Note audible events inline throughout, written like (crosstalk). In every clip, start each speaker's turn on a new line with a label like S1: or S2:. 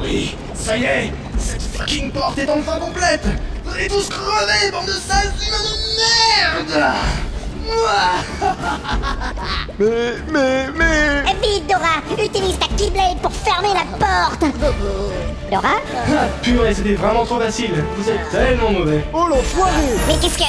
S1: Oui, ça y est, cette fucking porte est enfin complète Vous allez tous crever, bande de sales humains de merde (laughs)
S2: Mais, mais, mais
S3: Vite, Dora Utilise ta Keyblade pour fermer la porte Dora
S1: Ah, Purée, c'était vraiment trop facile Vous êtes tellement mauvais
S2: Oh l'enfoiré
S3: Mais qu'est-ce que...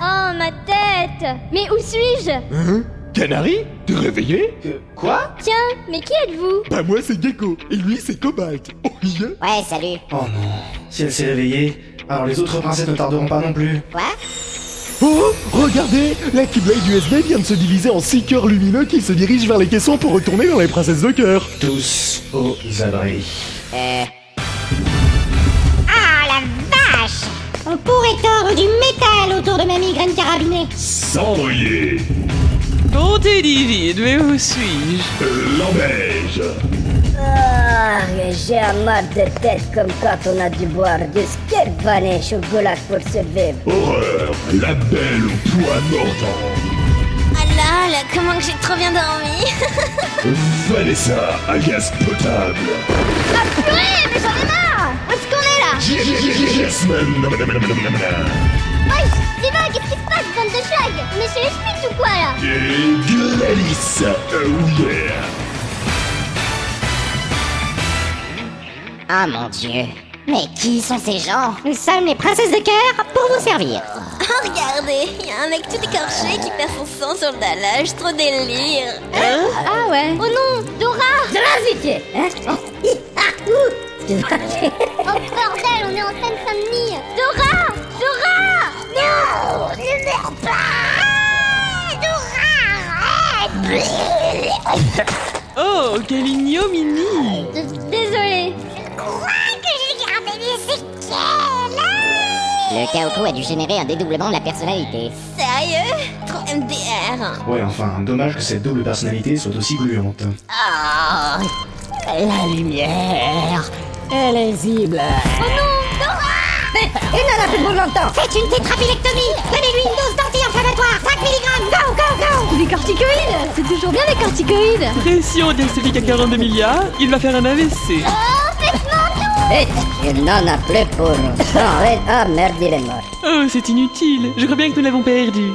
S4: Oh, ma tête Mais où suis-je
S2: Hein Canary T'es réveillé
S1: Que- Quoi
S4: Tiens, mais qui êtes-vous
S2: Bah moi c'est Gecko, et lui c'est Cobalt. Oh yeah
S3: Ouais, salut.
S1: Oh non, si elle s'est réveillée, alors les autres princesses ne tarderont pas non plus.
S3: Quoi
S2: Oh Regardez La Keyblade USB vient de se diviser en 6 cœurs lumineux qui se dirigent vers les caissons pour retourner dans les princesses de cœur.
S1: Tous aux abris.
S3: Euh... Ah, la vache On pourrait tordre du métal autour de ma migraine carabinée.
S5: Cendrier,
S6: Bonté divine, mais où suis-je
S5: Lambège,
S7: Ah, j'ai un mal de tête comme quand on a dû boire du skelvan et chocolat pour survivre.
S5: Horreur, la belle au poids mordant,
S4: Ah là là, comment que j'ai trop bien dormi
S5: Vanessa, agace potable,
S4: Purée, mais j'en ai marre Où est-ce qu'on est là
S5: Jasmine,
S4: Wesh, dis donc, Eh ben, qu'est-ce qui se passe, bande de schlag On est chez les schmitts ou quoi, là
S5: et Glalis, oh yeah
S3: Ah mon dieu. Mais qui sont ces gens Nous sommes les princesses de cœur pour vous servir.
S8: Oh, regardez, il y a un mec tout écorché qui perd son sang sur le dallage, trop délire.
S3: Hein?
S4: Ah ouais Oh non, Dora
S7: Transitier Hein Hi, ah,
S3: Oh. (laughs)
S7: ouh. Excuse-moi, j'ai-
S4: Oh bordel, on est en Seine-Saint-Denis Dora Dora Non Ne meurs pas Dora
S6: Oh, quelle ignominie
S4: Désolée
S3: Le Kaoku a dû générer un dédoublement de la personnalité.
S8: Sérieux Trop MDR.
S1: Ouais, enfin, dommage que cette double personnalité soit aussi gluante.
S3: La lumière Elle est visible
S7: Il n'en a plus pour longtemps
S3: Faites une tétrapilectomie Donnez-lui une dose d'anti-inflammatoire 5 mg Go, go,
S4: Des corticoïdes C'est toujours bien des corticoïdes
S6: Pression diastolique à 42 milliards, il va faire un AVC.
S7: Vite Il n'en a plus pour longtemps Et- Ah merde, il est mort
S6: Oh, c'est inutile, je crois bien que nous l'avons perdu.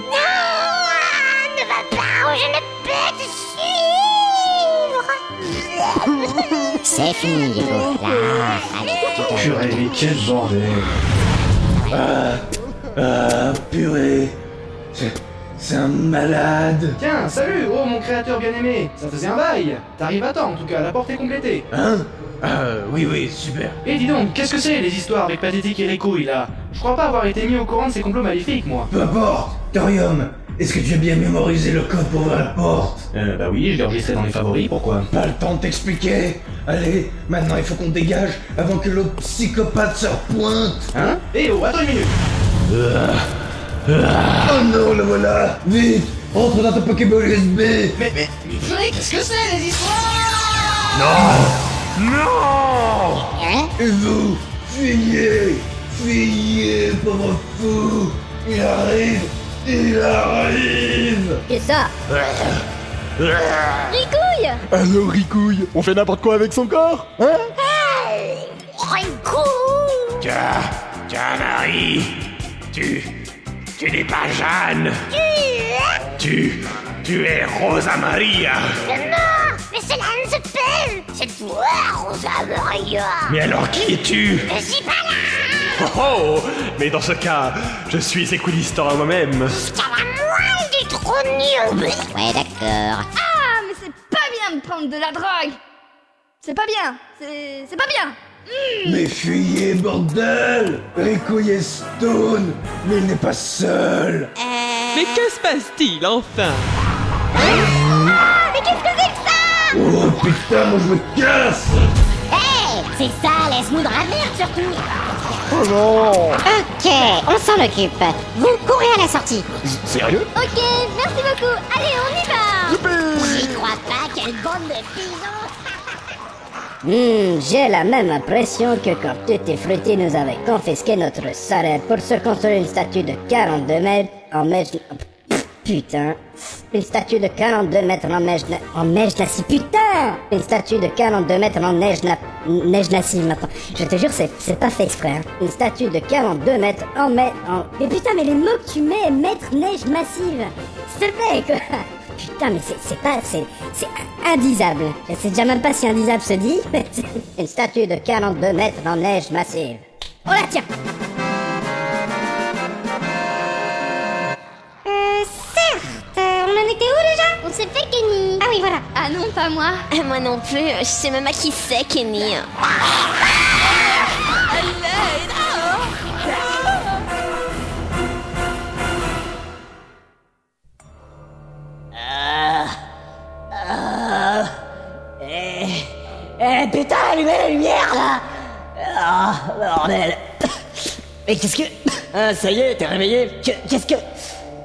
S3: go C'est fini, Yoko. Là, allez,
S1: Purée, mais
S3: tu te-
S1: quel bordel Ah, ah purée C'est- C'est un malade Tiens, salut, oh mon créateur bien-aimé Ça faisait un bail T'arrives à temps, en tout cas, la porte est complétée
S9: Hein Ah oui oui, super.
S1: Et dis donc, qu'est-ce que c'est les histoires avec Pathétique et les couilles, là Je crois pas avoir été mis au courant de ces complots maléfiques, moi
S9: Peu importe, Thorium, est-ce que tu as bien mémorisé le code pour ouvrir la porte
S1: Euh, bah oui, je l'ai enregistré dans les favoris, pourquoi
S9: Pas le temps de t'expliquer Allez, maintenant il faut qu'on dégage avant que l'autre psychopathe se repointe
S1: Hein Eh oh, attends une minute
S5: Ah.
S9: Oh non, le voilà Vite Rentre dans ton Pokéball USB
S1: Mais, mais, mais purée, qu'est-ce que c'est les histoires
S3: Hein
S9: Et vous Fuyez Fuyez, pauvre fou Il arrive Il arrive
S7: Qui ça
S4: Ricouille
S2: Alors Ricouille, on fait n'importe quoi avec son corps Hein
S5: Canary, tu. Tu n'es pas Jeanne. Tu. Tu es Rosa Maria.
S3: Mais cela ne se pèse C'est toi, Rosa Maria
S5: Mais alors qui es-tu
S3: Je suis pas
S5: oh, oh Mais dans ce cas, je suis équidistant à moi-même.
S3: qu'à la moelle du trou de Ouais, d'accord.
S4: Ah, mais c'est pas bien de prendre de la drogue C'est pas bien C'est c'est pas bien
S9: Mais fuyez, bordel Ricouille est stone Mais il n'est pas seul
S6: Mais que se passe-t-il enfin
S3: Ah,
S9: Oh putain, moi je me casse
S3: Hey C'est ça, laisse-nous dans la merde surtout Oh non Ok, on s'en occupe. Vous courez à la sortie.
S2: Sérieux
S4: Ok, merci beaucoup Allez, on y va
S3: J'y crois pas, quelle bande de pisons
S7: Hmm, j'ai la même impression que quand Tutti Frutti nous avait confisqué notre salaire pour se construire une statue de 42 mètres en mèche... Pff, Putain. Une statue de 42 mètres en neige na... En neige nazie, putain Une statue de 42 mètres en neige na... Neige nazie, maintenant. Je te jure, c'est, c'est pas fait exprès, hein. Une statue de 42 mètres en mai... En... Mais putain, mais les mots que tu mets, mètres, neige massive S'il te plaît, quoi Putain, mais c'est, c'est pas... C'est, c'est indisable. Je sais déjà même pas si indisable se dit, mais c'est- (laughs) Une statue de 42 mètres en neige massive. Oh là, tiens
S3: Euh, certes, euh, on en était où déjà
S8: On s'est fait Kenny
S3: Ah oui, voilà.
S4: Ah non, pas moi.
S8: Moi non plus, je sais même pas qui c'est Kenny.
S10: Eh putain, allumez la lumière là Ah, bordel (coughs) Mais qu'est-ce que. (coughs) Ah, ça y est, t'es réveillé Que- Qu'est-ce que.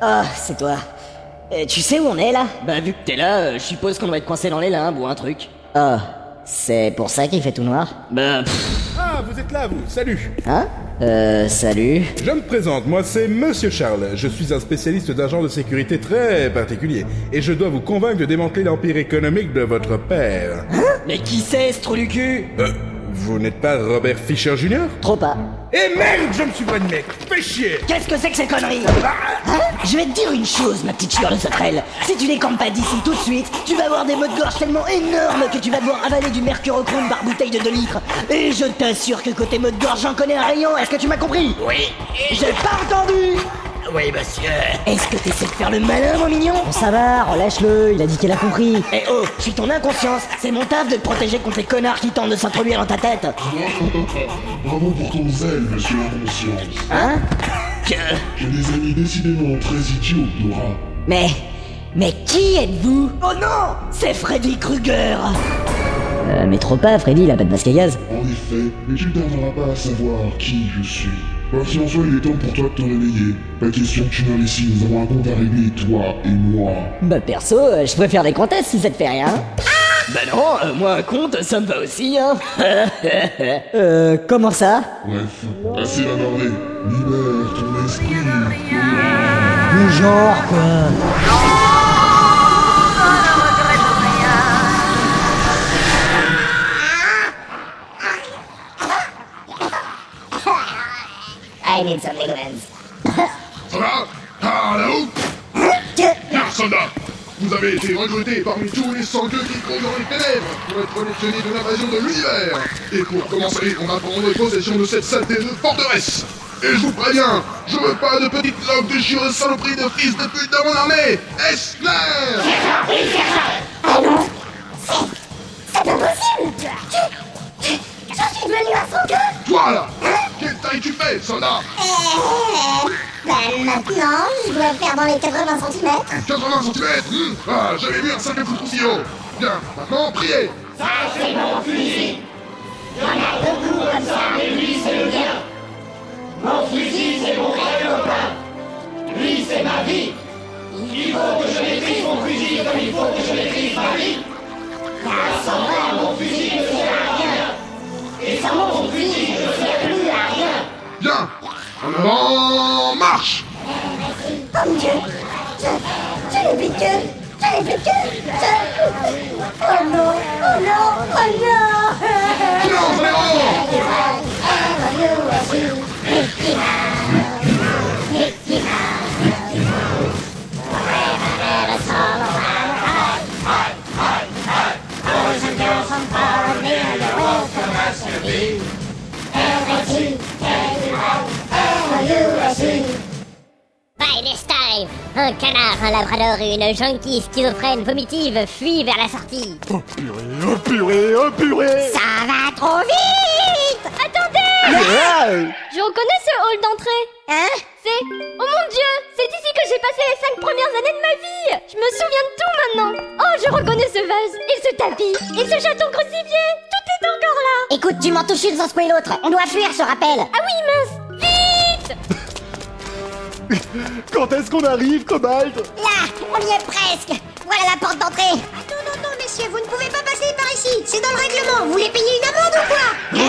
S10: Ah, c'est toi. Eh, tu sais où on est là Bah, vu que t'es là, euh, je suppose qu'on doit être coincé dans les limbes ou un truc. Ah, c'est pour ça qu'il fait tout noir Bah, pff,
S11: Ah, vous êtes là, vous Salut
S10: Hein Euh, salut.
S11: Je me présente, moi c'est Monsieur Charles. Je suis un spécialiste d'agents de sécurité très particulier. Et je dois vous convaincre de démanteler l'empire économique de votre père.
S10: Hein Mais qui c'est ce trou du cul
S11: Euh, vous n'êtes pas Robert Fisher Jr.
S10: Trop pas.
S11: Eh merde, je me suis pas de mec Fais chier
S10: Qu'est-ce que c'est que ces conneries Hein Je vais te dire une chose, ma petite chieur de sauterelle. Si tu les campes pas d'ici tout de suite, tu vas avoir des maux de gorge tellement énormes que tu vas devoir avaler du mercurochrome par bouteille de 2 litres. Et je t'assure que côté maux de gorge, j'en connais un rayon. Est-ce que tu m'as compris Oui. J'ai pas entendu Oui, monsieur. Est-ce que t'essaies de faire le malin, mon mignon Bon, ça va, relâche-le, il a dit qu'il a compris. Eh oh, je suis ton inconscience. C'est mon taf de te protéger contre les connards qui tentent de s'introduire dans ta tête.
S12: Bravo pour ton zèle, monsieur Inconscience.
S10: Hein
S12: J'ai des amis décidément très idiots, Dora.
S10: Mais. Mais qui êtes-vous Oh non C'est Freddy Krueger Euh, mais trop pas, Freddy, il a pas de masque à gaz.
S12: En effet, mais tu ne tarderas pas à savoir qui je suis. Confiance en soi, il est temps pour toi de te réveiller. Pas question que tu meurs ici, nous avons un compte à régler, toi et moi.
S10: Bah perso, euh, je préfère les comtesses si ça te fait rien. Bah non, moi un compte, ça me va aussi, hein (laughs) Euh, comment ça
S12: Bref, assez bavardé. Libère ton esprit.
S10: Le genre, quoi
S7: I need something, man.
S12: Voilà Allô Personne là Vous avez été recruté parmi tous les sangueux qui courent dans les ténèbres pour être protectionnés de l'invasion de l'univers Et pour commencer, on va prendre possession de cette saleté de forteresse Et je vous préviens, je veux pas de petites langues déchirées saloperies de fils de pute dans mon armée Est-ce clair
S3: C'est pas possible Tu- tu- J'en suis devenu à son cœur
S12: Toi là Quelle taille tu fais, soldat
S3: Euh, Bah maintenant, je dois faire dans les 80 cm.
S12: 80 cm Ah, j'avais vu un sacré foutre aussi haut Bien, maintenant, priez Bien En avant, marche
S3: Oh mon dieu Je, je n'ai plus de cœur Je n'ai plus de cœur Je- Oh non Oh non Oh non
S12: Silence,
S3: By this time, un canard, un labrador et une junkie schizophrène vomitive fuient vers la sortie.
S2: Oh purée, oh purée, oh purée
S3: Ça va trop vite
S4: Attendez
S2: Yeah
S4: Je reconnais ce hall d'entrée.
S3: Hein
S4: C'est... Oh mon dieu C'est ici que j'ai passé les cinq premières années de ma vie Je me souviens de tout maintenant Oh, je reconnais ce vase, et ce tapis, et ce chaton crucifié Tout est encore là
S3: Écoute, tu m'en touches une sans secouer l'autre. On doit fuir, je rappelle.
S4: Ah oui, mince Vite
S2: Quand est-ce qu'on arrive, Cobalt
S3: Là, on y est presque. Voilà la porte d'entrée. Attends, non, non, messieurs, vous ne pouvez pas passer par ici. C'est dans le règlement. Vous voulez payer une amende ou quoi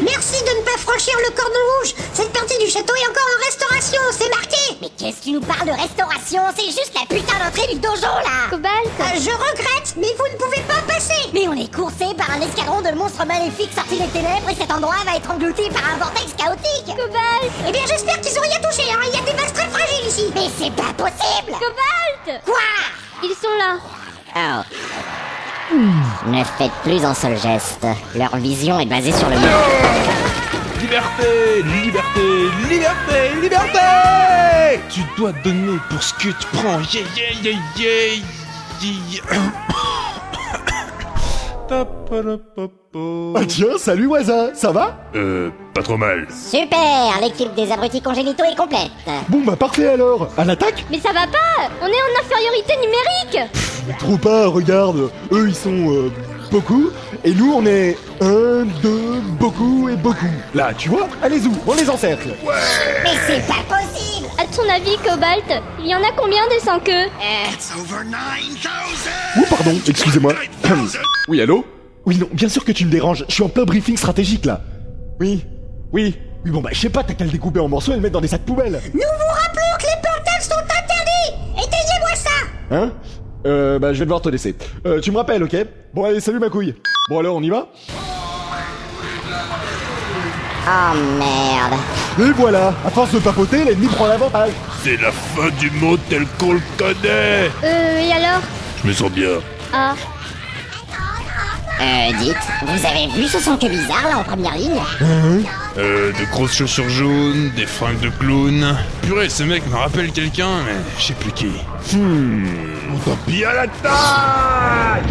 S3: Merci de ne pas franchir le cordon rouge. Cette partie du château est encore en restauration, c'est marqué. Mais Qu'est-ce que tu nous parles de restauration C'est juste la putain d'entrée du dojo là
S4: Cobalt
S3: Euh, Je regrette, mais vous ne pouvez pas passer Mais on est coursé par un escadron de monstres maléfiques sortis des ténèbres et cet endroit va être englouti par un vortex chaotique
S4: Cobalt
S3: Eh bien j'espère qu'ils ont rien touché, hein Il y a des vases très fragiles ici Mais c'est pas possible
S4: Cobalt
S3: Quoi
S4: Ils sont là
S7: Hmm. Ne faites plus un seul geste. Leur vision est basée sur le mien.
S9: Liberté, liberté, liberté, liberté Tu dois donner pour ce que tu prends. Yeah, yeah, yeah, yeah,
S10: Ah tiens, salut Waza, ça va
S12: Euh, pas trop mal.
S3: Super L'équipe des abrutis congénitaux est complète
S10: Bon bah parfait alors, à l'attaque
S4: Mais ça va pas On est en infériorité numérique
S10: Trop pas, regarde, eux ils sont euh, beaucoup, et nous on est un, deux, beaucoup et beaucoup. Là, tu vois, allez-y, on les encercle.
S3: Mais c'est pas possible
S4: À ton avis, Cobalt, il y en a combien des sans queues
S10: Ou pardon, excusez-moi. oui, allô Oui, non, bien sûr que tu me déranges, je suis en plein briefing stratégique là. Oui, oui. Oui, bon bah je sais pas, t'as qu'à le découper en morceaux et le mettre dans des sacs poubelles.
S3: Nous vous rappelons que les portables sont interdits Éteignez-moi ça
S10: Hein Euh, bah je vais devoir te laisser. Euh, tu me rappelles, ok Bon allez, salut ma couille. Bon alors, on y va
S7: Oh merde.
S10: Et voilà, à force de papoter, l'ennemi prend l'avantage.
S12: C'est la fin du monde tel qu'on le connaît
S4: Euh, et alors
S12: Je me sens bien.
S4: Ah,
S7: Euh, dites, vous avez vu ce son que bizarre là en première ligne
S9: (coughs) Euh, de grosses chaussures jaunes, des fringues de clown. Purée, ce mec me rappelle quelqu'un, mais je sais plus qui.
S12: Hmm. Tant pis à l'attaque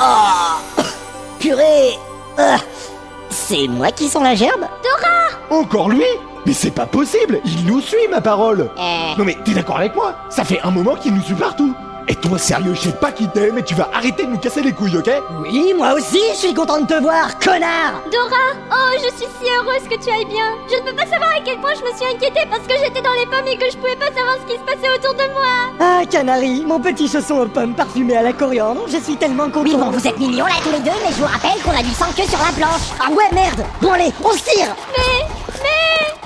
S7: Oh Purée Ah, C'est moi qui sens la gerbe
S4: Dora
S10: Encore lui Mais c'est pas possible Il nous suit, ma parole Non mais t'es d'accord avec moi Ça fait un moment qu'il nous suit partout Et toi, sérieux, je sais pas qui t'es, mais tu vas arrêter de nous casser les couilles, ok
S13: Oui, moi aussi, je suis content de te voir, connard
S4: Dora Oh, je suis si heureuse que tu ailles bien Je ne peux pas savoir à quel point je me suis inquiétée parce que j'étais dans les pommes et que je pouvais pas savoir ce qui se passait autour de moi
S13: Ah, Canary, mon petit chausson aux pommes parfumé à la coriandre, je suis tellement content
S3: Oui bon, vous êtes mignons là tous les deux, mais je vous rappelle qu'on a du sang que sur la planche Ah ouais, merde Bon allez, on se tire
S4: Mais,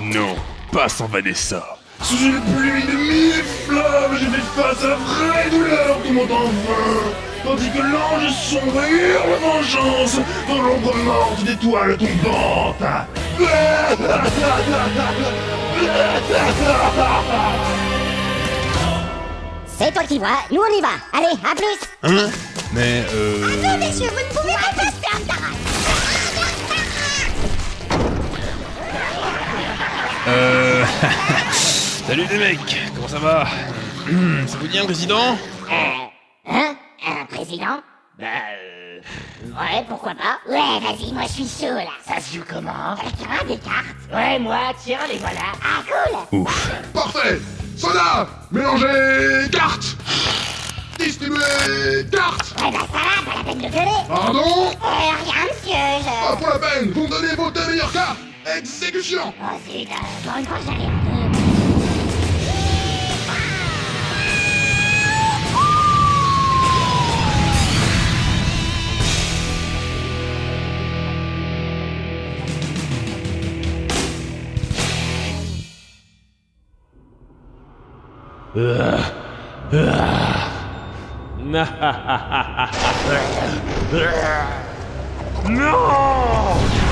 S4: mais
S12: Non, pas sans Vanessa. Sous une pluie de mille flammes, j'ai fait face à la vraie douleur qui monte en vain. Tandis que l'ange sombre hurle vengeance dans l'ombre morte d'étoiles tombantes.
S3: C'est toi qui vois, nous on y va Allez, à plus
S9: Hein Mais euh...
S3: messieurs, vous ne pouvez pas passer un
S9: Euh... Salut les mecs, comment ça va Hum, Ça vous dit un président
S3: Hein Un président
S9: Bah... euh,
S3: Ouais, pourquoi pas Ouais, vas-y, moi je suis chaud là Ça se joue comment Tiens, des cartes Ouais, moi, tiens, les voilà Ah cool
S9: Ouf.
S14: Parfait Soda Mélangez cartes Distribuez cartes
S3: Eh ben ça va, pas la peine de gueuler
S14: Pardon
S3: Euh, rien monsieur, je...
S14: Pas pour la peine Vous me donnez vos deux meilleures cartes Exécution
S3: Oh zut, euh, pour une fois j'avais un
S9: Non